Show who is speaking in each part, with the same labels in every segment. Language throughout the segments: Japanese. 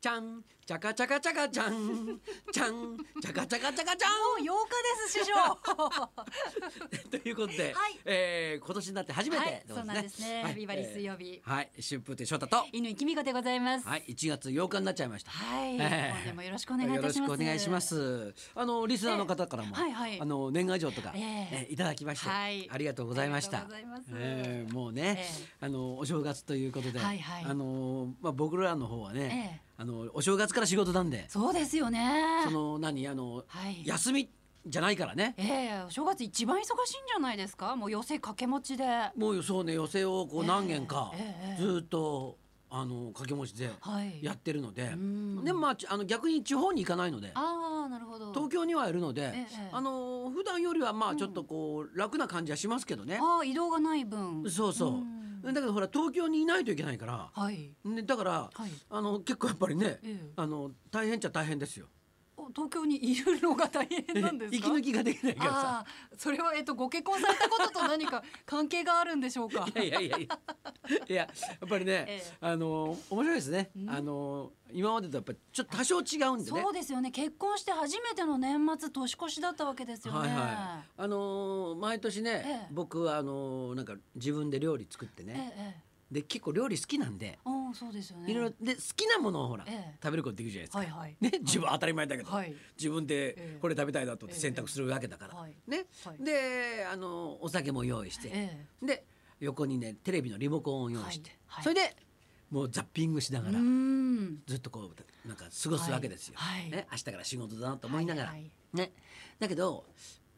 Speaker 1: ちゃん、ちゃかちゃかちゃかちゃん、ちゃん、ちゃかちゃかちゃかちゃ
Speaker 2: もう8日です師
Speaker 1: ん。
Speaker 2: 匠
Speaker 1: ということで、
Speaker 2: はい
Speaker 1: えー今年になって初め
Speaker 2: はい
Speaker 1: て、
Speaker 2: そうなんですねビバリー水曜日
Speaker 1: えーはい、春風亭昇太と、
Speaker 2: 犬きみこでございます
Speaker 1: はい、1月8日になっちゃいました。
Speaker 2: はい今度もよろしくお願いい
Speaker 1: よ
Speaker 2: た
Speaker 1: ろ
Speaker 2: し
Speaker 1: し
Speaker 2: ます
Speaker 1: くお願いします。あのリスナーの方からも、
Speaker 2: ええはいはい
Speaker 1: あの年賀状とか、
Speaker 2: ええ
Speaker 1: えいただきまして、
Speaker 2: はい
Speaker 1: ありがとうございました。
Speaker 2: ありがとうございます
Speaker 1: ええもうね、
Speaker 2: え
Speaker 1: あのお正月ということで、
Speaker 2: はいはい
Speaker 1: あのまあ僕らの方はね、
Speaker 2: え
Speaker 1: あのお正月から仕事なんで、
Speaker 2: そうですよね
Speaker 1: その何あの、
Speaker 2: はい
Speaker 1: 休みじゃないからね。
Speaker 2: ええお正月一番忙しいんじゃないですかもう寄せ掛け持ちでは
Speaker 1: もうそうね寄席をこう何件か、
Speaker 2: ええええ
Speaker 1: ずーっとあの掛け持ちで
Speaker 2: い
Speaker 1: やってるので、
Speaker 2: ん
Speaker 1: でまあちあの逆に地方に行かないので。
Speaker 2: ああなるほど
Speaker 1: 東京にはいるので、
Speaker 2: ええ
Speaker 1: あの普段よりはまあちょっとこう楽な感じはしますけどね、
Speaker 2: ああ移動がない分
Speaker 1: そうそう、
Speaker 2: うん
Speaker 1: だけどほら東京にいないといけないから、
Speaker 2: はい
Speaker 1: ね、だから、
Speaker 2: はい
Speaker 1: あの結構やっぱりね、
Speaker 2: ええ
Speaker 1: あの大変っちゃ大変ですよ
Speaker 2: お東京にいるのが大変なん ですか
Speaker 1: 息抜きができないからさ
Speaker 2: ああそれはえっとご結婚されたことと何か関係があるんでしょうか
Speaker 1: いやいや いやいやいややっぱりね、
Speaker 2: ええ
Speaker 1: あの面白いですね、
Speaker 2: ん
Speaker 1: あの今までとやっぱりちょっと多少違うんでね
Speaker 2: そうですよね結婚して初めての年末年越しだったわけですよね、
Speaker 1: いあの毎年ね、
Speaker 2: ええ
Speaker 1: 僕はあのなんか自分で料理作ってね、
Speaker 2: ええええ
Speaker 1: で結構料理好きなんで、
Speaker 2: うんそうですよね
Speaker 1: いろいろで好きなものをほら、
Speaker 2: ええ
Speaker 1: 食べることできるじゃないですか、
Speaker 2: はいはい
Speaker 1: ね、自分当たり前だけど、
Speaker 2: はい
Speaker 1: 自分で
Speaker 2: え
Speaker 1: これ食べたいなと思って
Speaker 2: ええ
Speaker 1: 選択するわけだから、
Speaker 2: はい
Speaker 1: ね
Speaker 2: はい
Speaker 1: であのお酒も用意して、
Speaker 2: え
Speaker 1: で横にねテレビのリモコンを用意して、
Speaker 2: はいはい
Speaker 1: それでもうザッピングしな
Speaker 2: え
Speaker 1: が
Speaker 2: う
Speaker 1: ら、
Speaker 2: ん
Speaker 1: ずっとこうなんか過ごすわけですよ、
Speaker 2: はいはい
Speaker 1: ね、明日から仕事だなと思いながら、
Speaker 2: はいはい
Speaker 1: ね、だけど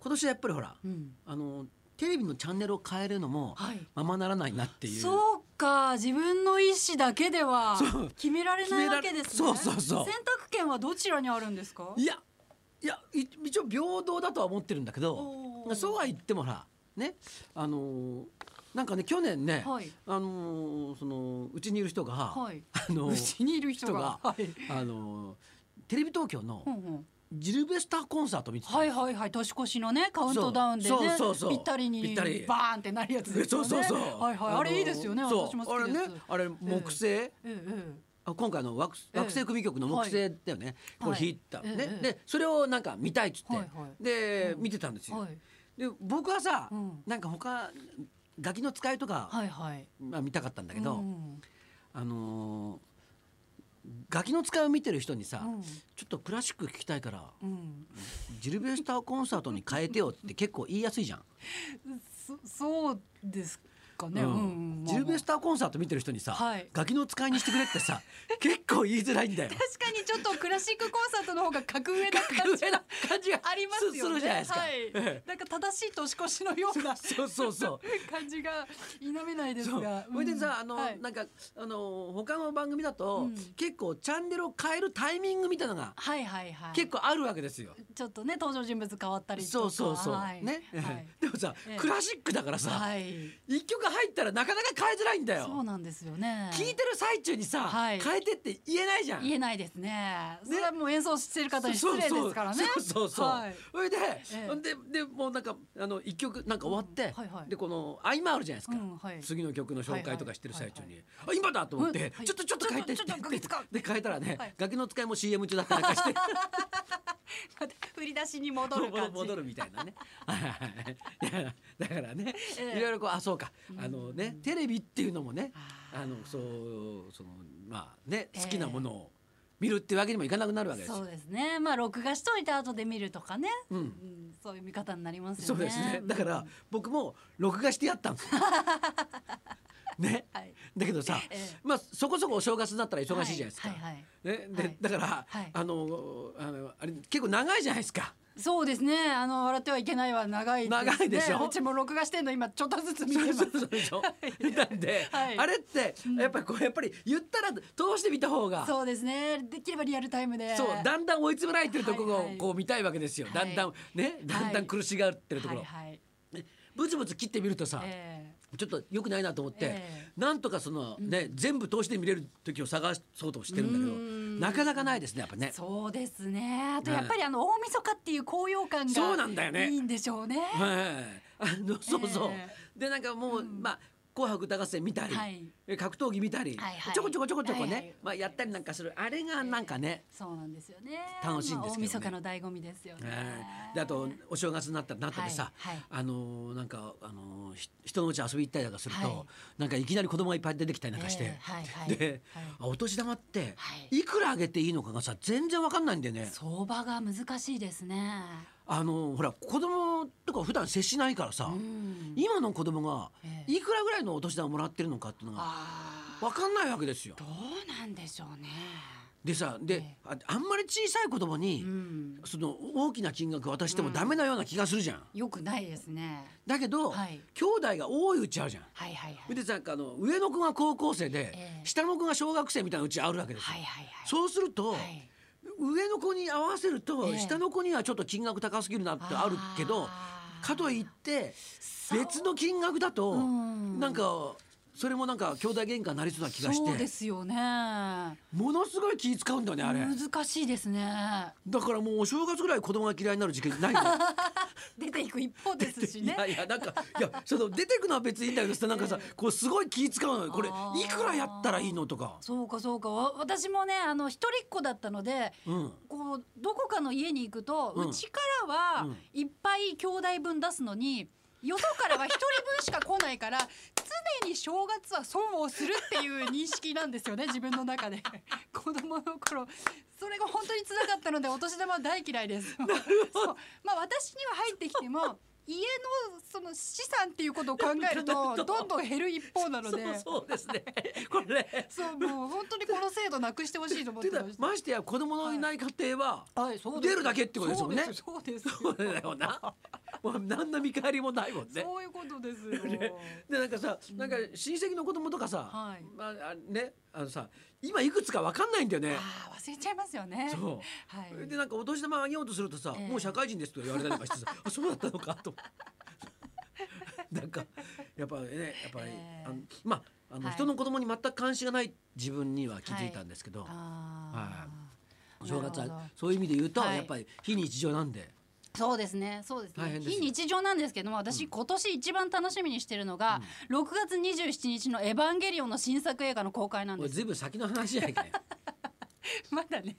Speaker 1: 今年はやっぱりほら、
Speaker 2: うん
Speaker 1: あのテレビのチャンネルを変えるのも、
Speaker 2: はい
Speaker 1: ままならないなっていう。
Speaker 2: そうか自分の意思だけでは
Speaker 1: そう
Speaker 2: 決められないわけですね
Speaker 1: 決められそうそうそう
Speaker 2: 選択権はどちらにあるんですか
Speaker 1: いやいやい一応平等だとは思ってるんだけど
Speaker 2: おー
Speaker 1: そうは言ってもらねあのーなんかね去年ね、
Speaker 2: はい
Speaker 1: あのーそのうちにいる人が、
Speaker 2: はい
Speaker 1: あのー
Speaker 2: うちにいる人が
Speaker 1: 人が
Speaker 2: はい
Speaker 1: あのーテレビ東京の
Speaker 2: うんうん
Speaker 1: ジルベスターコンサート見てたの
Speaker 2: はいはいはい年越しのねカウントダウンでね
Speaker 1: そうそうそうそう
Speaker 2: ぴったりに
Speaker 1: ぴったり
Speaker 2: バーンってなるやつです
Speaker 1: そ
Speaker 2: よ
Speaker 1: う
Speaker 2: ね
Speaker 1: そうそう、
Speaker 2: はいはいあ
Speaker 1: のー
Speaker 2: れいいですよね
Speaker 1: そう
Speaker 2: 私も好きです
Speaker 1: あれねあれ木星、
Speaker 2: えええ
Speaker 1: あ今回の惑惑星組曲の木星だよね、
Speaker 2: はい
Speaker 1: これ弾いた、
Speaker 2: ええ
Speaker 1: ね
Speaker 2: ええ
Speaker 1: でそれをなんか見たいっつって、
Speaker 2: はいはい
Speaker 1: で、見てたんです
Speaker 2: え
Speaker 1: よ、
Speaker 2: はい
Speaker 1: で僕はさ、
Speaker 2: うん
Speaker 1: なんか他ガキの使いとか、
Speaker 2: はいはい
Speaker 1: まあ、見たかったんだけど、
Speaker 2: うん
Speaker 1: あのーガキの使いを見てる人にさ、
Speaker 2: うん
Speaker 1: ちょっとクラシック聞きたいから、
Speaker 2: うん
Speaker 1: ジルベスターコンサートに変えてよって結構言いやすいじゃん。
Speaker 2: そそうですかね、
Speaker 1: う
Speaker 2: うんんうんまあまあ
Speaker 1: ジルベスターコンサート見てる人にさ、
Speaker 2: はい
Speaker 1: ガキの使いにしてくれってさ結構言いづらいんだよ。
Speaker 2: 確かにちょっとクラシックコンサートの方が格上な感じ
Speaker 1: 上な感じが
Speaker 2: ありますよ
Speaker 1: する
Speaker 2: ね
Speaker 1: じゃないですか
Speaker 2: はい
Speaker 1: え、
Speaker 2: なんか正しい年越しのような
Speaker 1: そうそうそう。
Speaker 2: 感じが否めないです
Speaker 1: そう
Speaker 2: が
Speaker 1: それでさあ
Speaker 2: うん
Speaker 1: の、
Speaker 2: はい
Speaker 1: なんかあの他の番組だと、
Speaker 2: うん
Speaker 1: 結構チャンネルを変えるタイミングみたいなのが
Speaker 2: はいはいはい
Speaker 1: 結構あるわけですよ。
Speaker 2: ちょっとね登場人物変わったりとか
Speaker 1: そうそうそう、
Speaker 2: はい
Speaker 1: ね、
Speaker 2: はい、
Speaker 1: でもさ、
Speaker 2: ええ
Speaker 1: クラシックだからさ
Speaker 2: はい
Speaker 1: 一、曲入ったらなかなか変えづらいんだ
Speaker 2: そう
Speaker 1: よ
Speaker 2: なんですよね
Speaker 1: 聞いてる最中にさ、
Speaker 2: はい
Speaker 1: 変えてって言えないじゃん
Speaker 2: 言えないですねそれはもう演奏してる方に
Speaker 1: そ
Speaker 2: 失
Speaker 1: う
Speaker 2: 礼ですからね
Speaker 1: そうそうそうそう、
Speaker 2: はい
Speaker 1: それで、
Speaker 2: え
Speaker 1: ででもうなんかあの一曲なんか終わって、
Speaker 2: うんはいはい
Speaker 1: でこの合間あるじゃないですか、
Speaker 2: うんはい
Speaker 1: 次の曲の紹介とかしてる最中に、
Speaker 2: は
Speaker 1: あ今だと思って、
Speaker 2: うんはい
Speaker 1: ちょっとちょっと変えてって
Speaker 2: ちょっとちょっとガキ使う
Speaker 1: で変えたらね、
Speaker 2: はい
Speaker 1: ガキの使いも CM 中だったりなんかして
Speaker 2: また 振り出しに 戻る
Speaker 1: 戻
Speaker 2: 感
Speaker 1: る
Speaker 2: じ
Speaker 1: 戻るみたいな ねはいはいはいだからね、
Speaker 2: ええ
Speaker 1: いろいろこうあそうかあのね、テレビっていうのもね
Speaker 2: あー
Speaker 1: あのそうそのまあね好きなものを見るっていうわけにもいかなくなるわけですよ
Speaker 2: そうですねまあ録画しといて後で見るとかね、
Speaker 1: うん
Speaker 2: んそういう見方になりますよね
Speaker 1: そうですね。だから
Speaker 2: う
Speaker 1: 僕も録画してやったん ですよ。ね
Speaker 2: ん。はい
Speaker 1: だけどさ
Speaker 2: ええ、
Speaker 1: まあそこそこお正月になったら忙しいじゃないですか。
Speaker 2: はいはいはい
Speaker 1: ね、
Speaker 2: は
Speaker 1: で
Speaker 2: い
Speaker 1: だから、
Speaker 2: はい
Speaker 1: あのあのあれ結構長いじゃないですか。
Speaker 2: そうですねあの笑ってはいけないは長いです、ね、
Speaker 1: 長いでしょ
Speaker 2: うちも録画してんの今ちょっとずつ見て
Speaker 1: そう
Speaker 2: ま
Speaker 1: そう
Speaker 2: す
Speaker 1: そうでしょ。なんで、
Speaker 2: はい
Speaker 1: あれってやっぱりこうやっぱり言ったら通してみた方が。
Speaker 2: そうですねできればリアルタイムで
Speaker 1: そうだんだん追い詰められてるところ
Speaker 2: は
Speaker 1: を
Speaker 2: いはい
Speaker 1: こう見たいわけですよ、
Speaker 2: はい
Speaker 1: だんだんねだんだん苦しがってるところ、
Speaker 2: はいはい
Speaker 1: ブツブツ切ってみるとさ、
Speaker 2: え
Speaker 1: ちょっと良くないなと思って、
Speaker 2: え
Speaker 1: なんとかそのね、全部通して見れる時を探そうとしてるんだけどなかなかないですねやっぱ
Speaker 2: え
Speaker 1: ね。
Speaker 2: そうですねあと
Speaker 1: はい
Speaker 2: やっぱりあの大晦日っていう高揚感が
Speaker 1: そうなんだよね
Speaker 2: いいんでしょうね
Speaker 1: はい、あのそうそう、
Speaker 2: え
Speaker 1: でなんかもう、まあ紅白歌合戦見たり、
Speaker 2: はい
Speaker 1: え格闘技見たり、
Speaker 2: はいはい
Speaker 1: ちょこちょこちょこちょこね、
Speaker 2: はいはい
Speaker 1: まあ、やったりなんかするあれがなんかね、
Speaker 2: そうなんですよね。
Speaker 1: 楽しいんですけどね
Speaker 2: まあ大晦日の醍醐味ですよね。
Speaker 1: えーであとお正月になったらなったでさ、
Speaker 2: はいはい
Speaker 1: あのーなんか、あのーひ人のうち遊び行ったりなんかすると、
Speaker 2: はい
Speaker 1: なんかいきなり子供がいっぱい出てきたりなんかして、
Speaker 2: えーはいはい
Speaker 1: で、
Speaker 2: はい
Speaker 1: あお年玉って、
Speaker 2: はい
Speaker 1: い、くらあげていいのかがさ全然わかんないんだよね。
Speaker 2: 相場が難しいですね。
Speaker 1: あのーほら子供とか普段接しないからさ、
Speaker 2: うん。
Speaker 1: 今の子供が
Speaker 2: ええ
Speaker 1: いくらぐらいのお年玉もらってるのかっていうのが
Speaker 2: ああ。
Speaker 1: わかんないわけですよ
Speaker 2: ど。うなんでしょうね。
Speaker 1: でさで、
Speaker 2: え
Speaker 1: ああんまり小さい子供に、
Speaker 2: うん。
Speaker 1: その大きな金額渡してもダメなような気がするじゃん。
Speaker 2: よくないですね。
Speaker 1: だけど、
Speaker 2: はい
Speaker 1: 兄弟が多いうちあるじゃん。
Speaker 2: はいはいはい。
Speaker 1: でなんかあの上の子が高校生で、
Speaker 2: ええ
Speaker 1: 下の子が小学生みたいなうちあるわけですよ。
Speaker 2: はいはいはい。
Speaker 1: そうすると、
Speaker 2: はい
Speaker 1: 上の子に合わせると、
Speaker 2: ええ
Speaker 1: 下の子にはちょっと金額高すぎるなってあるけど
Speaker 2: あー
Speaker 1: かといって
Speaker 2: そう
Speaker 1: 別の金額だと
Speaker 2: うん
Speaker 1: なんかそれもなんか兄弟喧嘩になりそうな気がし
Speaker 2: そうで
Speaker 1: て
Speaker 2: すよね。
Speaker 1: ものすごい気使うんだよねあれ。
Speaker 2: 難しいですね。
Speaker 1: だからもうお正月ぐらい子供が嫌いになる時期ないのよ
Speaker 2: 出ていく一方です し
Speaker 1: い
Speaker 2: ね。
Speaker 1: やいやなんかいやその出てくのは別にいいんだけどさなんかさこうすごい気使うのよこれ
Speaker 2: あー
Speaker 1: いくらやったらいいのとか。
Speaker 2: そうかそうかわ私もねあの一人っ子だったので
Speaker 1: うん
Speaker 2: こうどこかの家に行くと、
Speaker 1: う
Speaker 2: うんちからは、
Speaker 1: うん
Speaker 2: いっぱい兄弟分出すのによそからは一人分しか来ないから常に正月は損をするっていう認識なんですよね自分の中で 子供の頃それが本当につらかったのでお年玉は大嫌いですそうまあ私には入ってきても家のその資産っていうことを考えるとどんどん減る一方なの
Speaker 1: そう
Speaker 2: で
Speaker 1: そうですね。 これね。
Speaker 2: そうもう本当にこの制度なくしてほしいと思ってて
Speaker 1: か
Speaker 2: ました。
Speaker 1: ましてや子供のいない家庭は、
Speaker 2: はい、そう
Speaker 1: 出るだけってことですもんね
Speaker 2: そうです。
Speaker 1: そ
Speaker 2: そううですよ
Speaker 1: だよ な。もう何の見返りもないもんね。
Speaker 2: そういうことです よ。
Speaker 1: でなんかさ、なんか親戚の子供とかさ、
Speaker 2: はい
Speaker 1: まああね、あのさ、今いくつかわかんないんだよね。
Speaker 2: ああ、忘れちゃいますよね。
Speaker 1: そう。
Speaker 2: はい。
Speaker 1: でなんかお年玉あげようとするとさ、
Speaker 2: ええ
Speaker 1: もう社会人ですとか言われたりとかして さ、あそうだったのかと。 なんかやっぱねやっぱり、
Speaker 2: ええ
Speaker 1: あのまああの、
Speaker 2: はい
Speaker 1: 人の子供に全く関心がない自分には気づいたんですけど、
Speaker 2: ああ。
Speaker 1: お正月
Speaker 2: なるほ
Speaker 1: は
Speaker 2: ど
Speaker 1: そういう意味で言うと、
Speaker 2: はい
Speaker 1: やっぱり非日常なんで、
Speaker 2: そうですね。そうです
Speaker 1: 大
Speaker 2: ね。
Speaker 1: 変です
Speaker 2: 非
Speaker 1: よ
Speaker 2: 日常なんですけども、私今年一番楽しみにしてるのが、6月27日のエヴァンゲリオンの新作映画の公開なん
Speaker 1: これ
Speaker 2: です。
Speaker 1: ずいぶん先の話じゃないかよ
Speaker 2: まだね、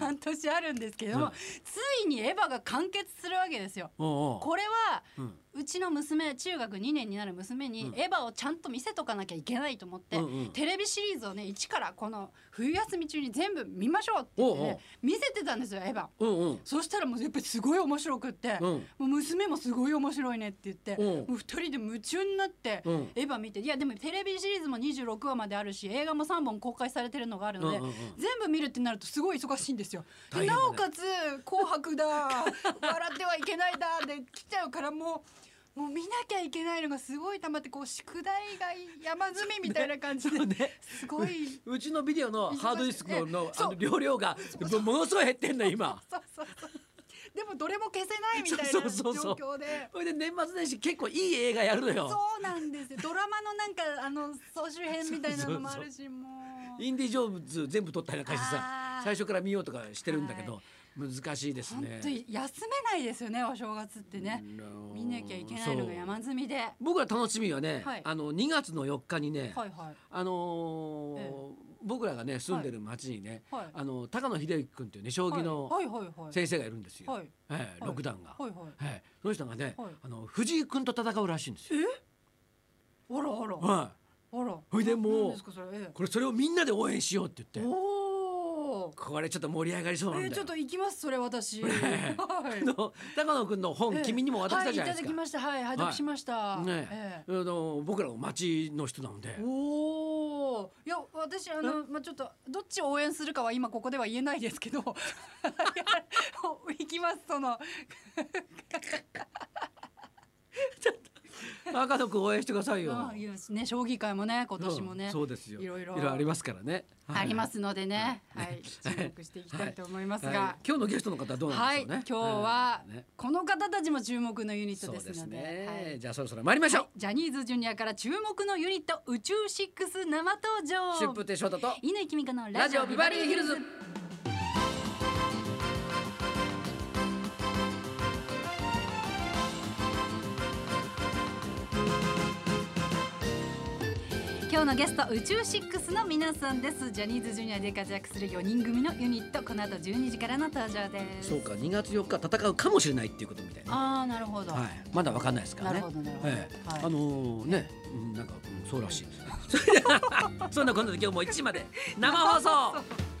Speaker 2: 半年あるんですけど
Speaker 1: う
Speaker 2: も
Speaker 1: ん、
Speaker 2: ついにエヴァが完結するわけですよ。
Speaker 1: おうおう
Speaker 2: これは
Speaker 1: うん
Speaker 2: うちの娘中学2年になる娘に
Speaker 1: うん
Speaker 2: エヴァをちゃんと見せとかなきゃいけないと思って、
Speaker 1: うんうん
Speaker 2: テレビシリーズをね一からこの冬休み中に全部見ましょうって言ってね
Speaker 1: おうおう
Speaker 2: 見せてたんですよエヴァ。
Speaker 1: うんうん
Speaker 2: そしたらもうやっぱりすごい面白くって、
Speaker 1: うん
Speaker 2: もう娘もすごい面白いねって言って、
Speaker 1: うん
Speaker 2: もう二人で夢中になって、
Speaker 1: うん
Speaker 2: エヴァ見ていやでもテレビシリーズも26話まであるし映画も3本公開されてるのがあるので、
Speaker 1: うんうんうん
Speaker 2: 全部見るってなるとすごい忙しいんですよ。で
Speaker 1: 大変だね
Speaker 2: なおかつ「紅白だ」 「笑ってはいけないだ」で来ちゃうからもうもう見なきゃいけないのがすごい溜まってこう宿題が山積みみたいな感じで、
Speaker 1: そうね
Speaker 2: すごい。
Speaker 1: うちのビデオのハードディスクの
Speaker 2: 忙しいね
Speaker 1: あの容量がもものすごい減ってんの今
Speaker 2: そうそうそうでもどれも消せないみたいな状
Speaker 1: そうそうそう
Speaker 2: 況で。
Speaker 1: それで年末年始結構いい映画やるのよ
Speaker 2: そうなんですよ。ドラマのなんかあの総集編みたいなのもあるし、もう。
Speaker 1: インディ・ジョーンズ全部撮ったりなんかして
Speaker 2: あ
Speaker 1: さ
Speaker 2: ー
Speaker 1: 最初から見ようとかしてるんだけど、難しいです
Speaker 2: 本
Speaker 1: ね
Speaker 2: 当に休めないですよね、お正月ってね。
Speaker 1: うん
Speaker 2: 見なきゃいけないのが山積みで。は
Speaker 1: 僕ら楽しみはね、
Speaker 2: はい
Speaker 1: あの2月の4日にね、
Speaker 2: いはい。
Speaker 1: あのー
Speaker 2: え
Speaker 1: 僕らがね住んでる町にね、
Speaker 2: はい
Speaker 1: あの高野秀幸君っていうね将棋の
Speaker 2: はいはいはいはい。
Speaker 1: 先生がいるんですよ、
Speaker 2: はい
Speaker 1: ええ
Speaker 2: はい
Speaker 1: 六段が、
Speaker 2: はいはい
Speaker 1: ええその人がね、
Speaker 2: はい
Speaker 1: あの藤井君と戦うらしいんですよ、
Speaker 2: あらあら。
Speaker 1: は
Speaker 2: あら。
Speaker 1: ほいでもう
Speaker 2: ななんですかそれ。え
Speaker 1: い、これそれをみんなで応援しようって
Speaker 2: え
Speaker 1: 言って
Speaker 2: おお。
Speaker 1: これちょっと盛り上がりそうなんだ
Speaker 2: え
Speaker 1: よ、
Speaker 2: えちょっと行きますそれ私。は
Speaker 1: えあ
Speaker 2: い。
Speaker 1: の高野君の本、君にも渡したじゃないですか,、
Speaker 2: はい、いただきました。はい、拝読しました。
Speaker 1: ね
Speaker 2: え
Speaker 1: あ
Speaker 2: え
Speaker 1: の僕らも町の人なので
Speaker 2: おお、いや、私、あの、まあ、ちょっと、どっちを応援するかは、今ここでは言えないで すけど。いや行きます、その。
Speaker 1: 高野君応援してくださいよ、
Speaker 2: まあ、いいですね、将棋界もね、今年もね。
Speaker 1: そうそうですよ
Speaker 2: いろいろ。
Speaker 1: ありますからね、はい
Speaker 2: ありますのでね。はい、注目していきたいと思います
Speaker 1: はい
Speaker 2: が。
Speaker 1: 今日のゲストの方はどうなん
Speaker 2: は
Speaker 1: で
Speaker 2: い、
Speaker 1: しょうね、
Speaker 2: 今日は
Speaker 1: うんね、
Speaker 2: この方たちも注目のユニット
Speaker 1: そう
Speaker 2: で
Speaker 1: ですす
Speaker 2: ので。はい
Speaker 1: ねじゃあそろそろ参りましょう、
Speaker 2: ジャニーズジュニアから注目のユニット、宇宙シックス生登場。
Speaker 1: 春風亭昇太と
Speaker 2: 乾きみかの
Speaker 1: ラ
Speaker 2: ラ
Speaker 1: ジ
Speaker 2: ジ
Speaker 1: オ
Speaker 2: オ
Speaker 1: ビ
Speaker 2: ビ
Speaker 1: バ
Speaker 2: バ
Speaker 1: リ
Speaker 2: リ
Speaker 1: ー
Speaker 2: ー
Speaker 1: ヒ
Speaker 2: ヒ
Speaker 1: ル
Speaker 2: ル
Speaker 1: ズ
Speaker 2: ズ。今日のゲスト宇宙シックスの皆さんですジャニーズジュニアで活躍する4人組のユニットこの後12時からの登場です
Speaker 1: そうか2月4日戦うかもしれないっていうことみたいな、
Speaker 2: ああなるほど、
Speaker 1: はい、まだわかんないですから
Speaker 2: なる
Speaker 1: ね
Speaker 2: ほどなるほど、
Speaker 1: ええ
Speaker 2: はい
Speaker 1: あのーね、うんなんか、うんそうらしい。そんなこんなで今日も1時まで生放送。